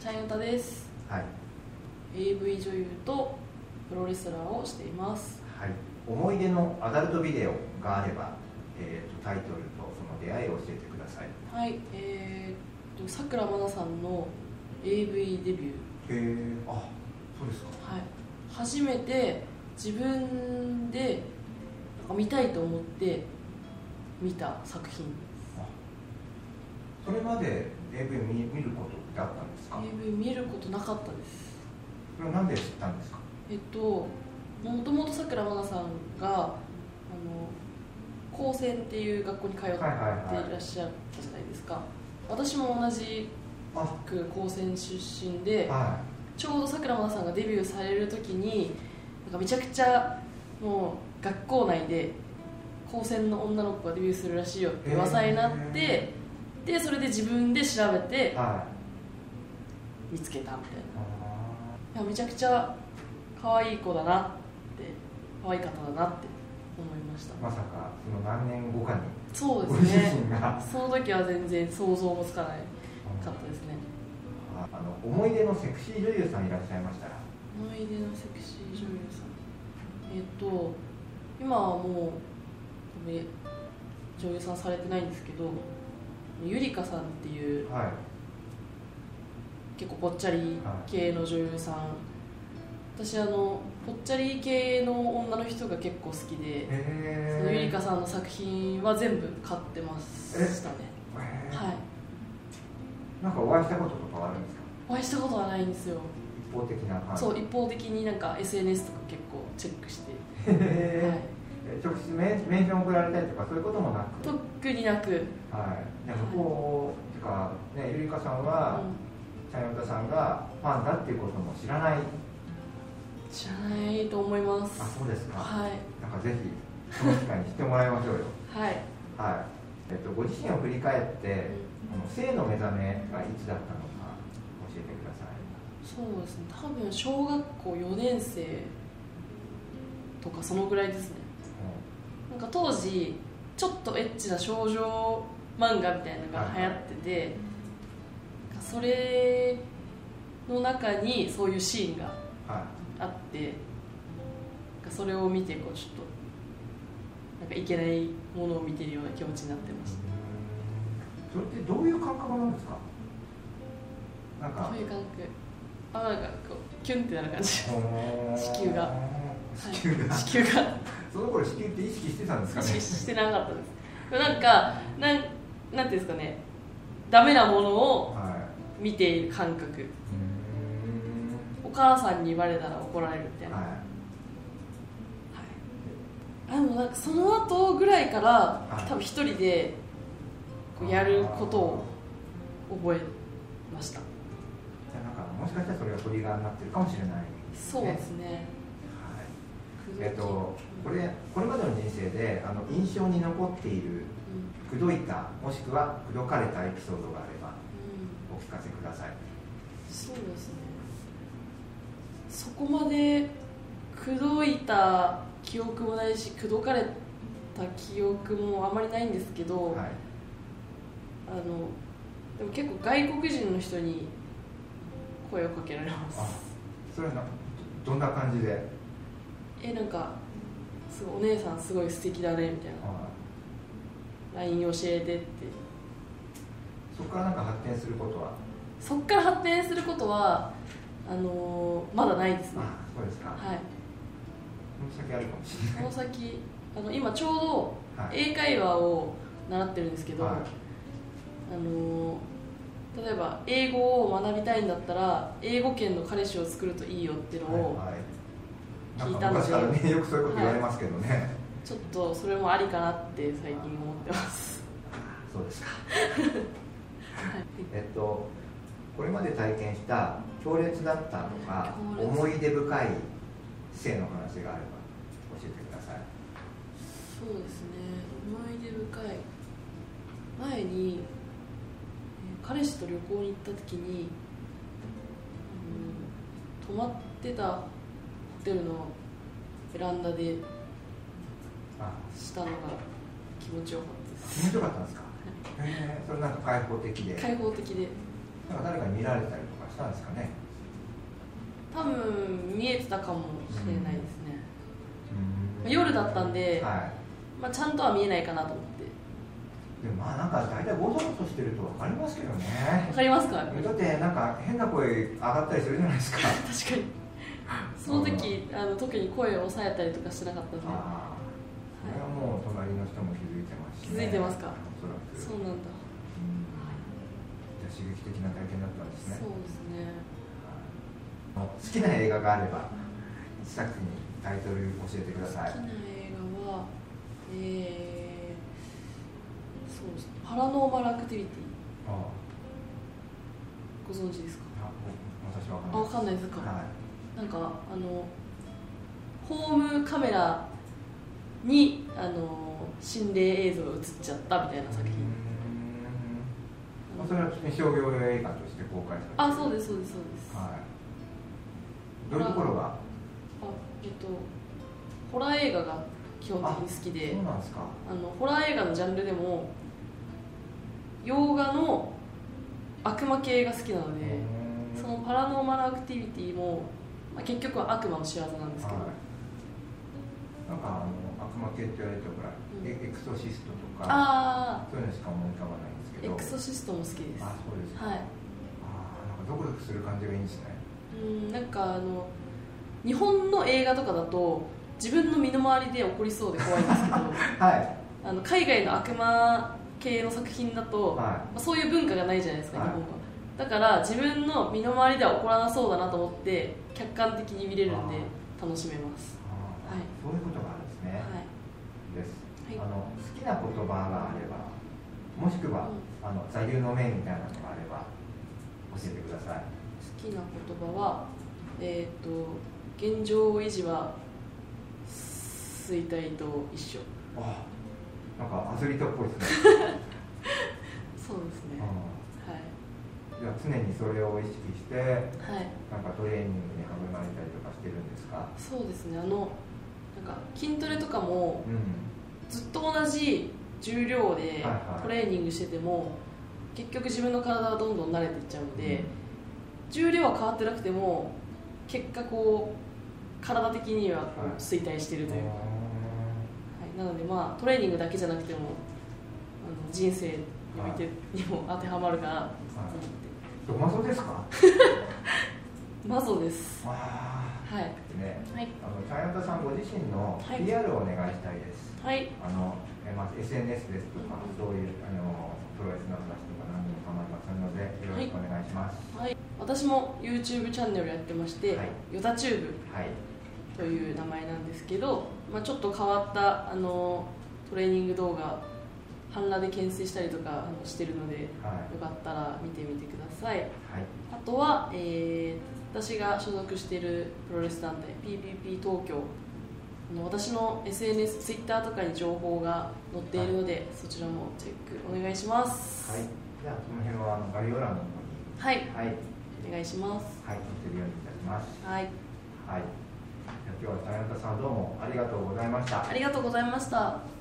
白井歌ですはい、 AV 女優とプロレスラーをしていますはい、思い出のアダルトビデオがあれば、えー、とタイトルとその出会いを教えてくださいへはいえー、っとさくらまなさんの AV デビューえあそうですかはい初めて自分でなんか見たいと思って見た作品それまで AV 見見ることってあったんですか AV 見ることなかったですそれはなんで知ったんですかえっともともとさくらまなさんがあの高専っていう学校に通っていはいはいはいらっしゃったじゃないですか、私も同じあは僕高専出身でいちょうどさくらまなさんがデビューされる時になんかめちゃくちゃもう学校内で高専の女の子がデビューするらしいよって噂になって、へでそれで自分で調べてはい見つけたみたいあーないやめちゃくちゃ可愛い子だなって可愛かっただなって思いましたまさかその何年後かにそうごです自 ね身が、その時は全然想像もつかないかったですねああの思い出のセクシー女優さんいらっしゃいましたら思い出のセクシー女優さんえっと今はもうえ女優さんされてないんですけどゆりかさんっていうはい結構ぽっちゃり系の女優さん、私あのぽっちゃり系の女の人が結構好きで、そのゆりへえかさんの作品は全部買ってましたねはいなんかお会いしたこととかはあるんですかお会いしたことはないんですよ、一方的な感じそうう一方的になんか SNS とか結構チェックして、へえはいえ直接メンメンション送られたりとかそういうこともなく特になく、はいで向こうてかねゆりかさんはうんチャイヨタさんがファンだっていうことも知らない知らないと思いますあそうですか、はいなんかぜひその機会にしてもらいましょうよはい、はいえっとご自身を振り返ってあの性の目覚めがいつだったのか教えてくださいそうですね多分小学校4年生とかそのぐらいですねなんか当時ちょっとエッチな少女漫画みたいなのが流行ってて、なんかそれの中にそういうシーンがうんはいあってなんかそれを見てこうちょっとなんかいけないものを見てるような気持ちになってましたそれってどういう感覚なんですかなんかこういう感覚あなんかこうキュンってなる感 じ子子宮が子宮が、子宮がその頃子宮って意識してたんですか意ね識してなかったですでもなんかなんなんていうんですかねダメなものをは見ている感覚いうお母さんに言われたら怒られるみたいーんな、はあでもなんかその後ぐらいからい多分一人でこういやることを覚えましたじゃあなんかもしかしたらそれがトリガーになってるかもしれないはいそうですねえっとこれこれまでの人生であの印象に残っているうん口説いたもしくは口説かれたエピソードがあればうんお聞かせくださいそうですねそこまで口説いた記憶もないし口説かれた記憶もあまりないんですけど、はいあのでも結構外国人の人に声をかけられますあそれはなどんな感じで、はいえなんかすごいお姉さんすごい素敵だねみたいな LINE 教えてってそこからなんか発展することはそっから発展することはあのまだないですねあそうですかはいこの先あるかもしこれの先あの今ちょうどない、はい英会話を習ってるんですけど、はいあのー例えば英語を学びたいんだったら英語圏の彼氏を作るといいよっていうのを、はいは聞いい、なたんんかで昔すかよらねよくそういうこと言われますけどね、ちょっとそれもありかなって最近思ってます、そうですかえっとこれまで体験した強烈だったとか強烈思い出深い性の話があれば教えてくださいそうですね思い出深い前にえー彼氏と旅行に行った時に、うん、泊まってたホテルのベランダであしたのが気持ちよかったです面白かったんですかへえそれなんか開放的で開放的でなんか誰かに見られたりとかしたんですかね多分見えてたかもしれないですね、うん夜だったんではまあ、ちゃんとは見えないかなと思っていでもまあなんか大体ごそごそしてると分かりますけどねわかりますかだってなんか変な声上がったりするじゃないですか確かにその時あの特に声を抑えたりとかしてなかったんでああそれはもう隣の人も気づいてますし、気づいてますかおそらくそうなんだうんじゃあ刺激的な体験だったんですそうでねすねあの好きな映画があれば一作にタイトル教えてください好きな映画はえー、そうですねパラノーマルアクティビティああご存知ですかあ僕私はあわかんないですか、はいなんかあのホームカメラにあの心霊映像が映っちゃったみたいな作うー品んまあそれは商業用映画として公開されてるあそうですそうですそうです、はいどういうところがあえっとホラー映画が基本的に好きでそうなんですかあのホラー映画のジャンルでも洋画の悪魔系が好きなので、うーんそのパラノーマルアクティビティも、まあ、結局は悪魔の仕業なんですけど、はいなんかあの悪魔系って言われてほら、うんエエクソシストとかあそういうのしか思い浮かばないんですあけエどクソシストも好きですあはそうですか、いあーなんかドクドクする感じがいいんですねうんなんかあの日本の映画とかだと自分の身の回りで起こりそうで怖いんですけどはいあの海外の悪魔系の作品だと、はまあ、そういう文化がないじゃないですか、はい日本はだから自分の身の回りでは起こらなそうだなと思って客観的に見れるんで楽しめますあーはいそういうことがあるんですね、はいです、はいあの好きな言葉があればもしくは、あの座右の銘みたいなのがあれば教えてください好きな言葉はえっ、と現状維持は衰退と一緒あなんかアスリートっぽいです そね、うですねうはん、じゃあ常にそれを意識してい、はい、なんかトレーニングに励まれたりとかしてるんですかそうですねあのなんか筋トレとかもうんずっと同じ重量ではいはいトレーニングしてても結局自分の体はどんどん慣れていっちゃうので、重量は変わってなくても結果こう体的にはこうはい衰退してうるんというか、はいなのでまあトレーニングだけじゃなくてもあの人生においてにも当てはまるかなと思って、うまそうですかマゾですあはいあねはいあの茶山さんご自身のはい PR をお願いしたいです、はいあのえまず SNS ですとか、うんそういうあのプロレスの話とか何でも構いませんのでよろしくお願いします。私も YouTube チャンネルやってまして、はいヨタチューブはい。という名前なんですけど、まあ、ちょっと変わったあのトレーニング動画半裸で懸垂したりとかあのしてるのでよはい。かったら見てみてくださいはい。あとは、えー私が所属しているプロレス団体 PPP 東京あの私の SNS、ツイッターとかに情報が載っているので、そちらもチェックお願いします。はい。じゃあこの辺はあの概要欄の方にはい、はいはいお願いします。載ってるようにいたします。はい、はい。じゃあ今日は田中さんどうもありがとうございました。ありがとうございました。